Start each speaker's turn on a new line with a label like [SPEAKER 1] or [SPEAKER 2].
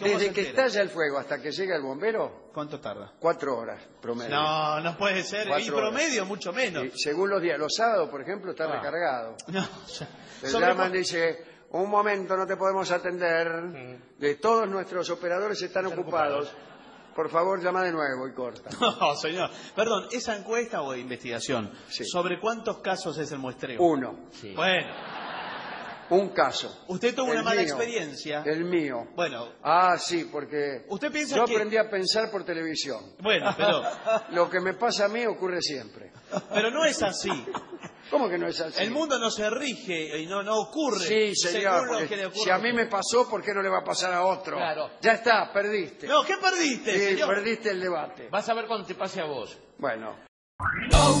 [SPEAKER 1] Desde que estalla el fuego hasta que llega el bombero,
[SPEAKER 2] ¿Cuánto tarda?
[SPEAKER 1] cuatro horas promedio.
[SPEAKER 2] No, no puede ser.
[SPEAKER 1] Cuatro
[SPEAKER 2] Y promedio, mucho menos.
[SPEAKER 1] Y según los días, los sábados, por ejemplo, está
[SPEAKER 2] Ah.
[SPEAKER 1] recargado.
[SPEAKER 2] No,
[SPEAKER 1] Te
[SPEAKER 2] sobre-
[SPEAKER 1] llaman y dice, un momento, no te podemos atender.
[SPEAKER 2] Mm.
[SPEAKER 1] De todos nuestros operadores están, ocupados. Por favor, llama de nuevo y corta.
[SPEAKER 2] No, señor. Perdón, esa encuesta o investigación,
[SPEAKER 1] Sí.
[SPEAKER 2] ¿sobre cuántos casos es el muestreo?
[SPEAKER 1] Uno,
[SPEAKER 2] Bueno,
[SPEAKER 1] un caso.
[SPEAKER 2] usted tuvo una
[SPEAKER 1] El
[SPEAKER 2] mala
[SPEAKER 1] mío.
[SPEAKER 2] experiencia.
[SPEAKER 1] El mío.
[SPEAKER 2] Bueno,
[SPEAKER 1] Ah, sí, porque
[SPEAKER 2] Usted piensa
[SPEAKER 1] yo
[SPEAKER 2] que-
[SPEAKER 1] aprendí a pensar por televisión.
[SPEAKER 2] bueno, pero,
[SPEAKER 1] Lo que me pasa a mí ocurre siempre.
[SPEAKER 2] pero no es así.
[SPEAKER 1] ¿Cómo que no es así?
[SPEAKER 2] El mundo no se rige y no, no ocurre.
[SPEAKER 1] Sí, señor.
[SPEAKER 2] según lo
[SPEAKER 1] porque
[SPEAKER 2] que le ocurre.
[SPEAKER 1] si a mí me pasó, ¿por qué no le va a pasar a otro?
[SPEAKER 3] Claro.
[SPEAKER 1] Ya está, perdiste.
[SPEAKER 2] No, ¿qué perdiste,
[SPEAKER 1] Sí,
[SPEAKER 2] señor?
[SPEAKER 1] perdiste el debate.
[SPEAKER 3] Vas a ver cuando te pase a vos.
[SPEAKER 1] Bueno.
[SPEAKER 4] Oh,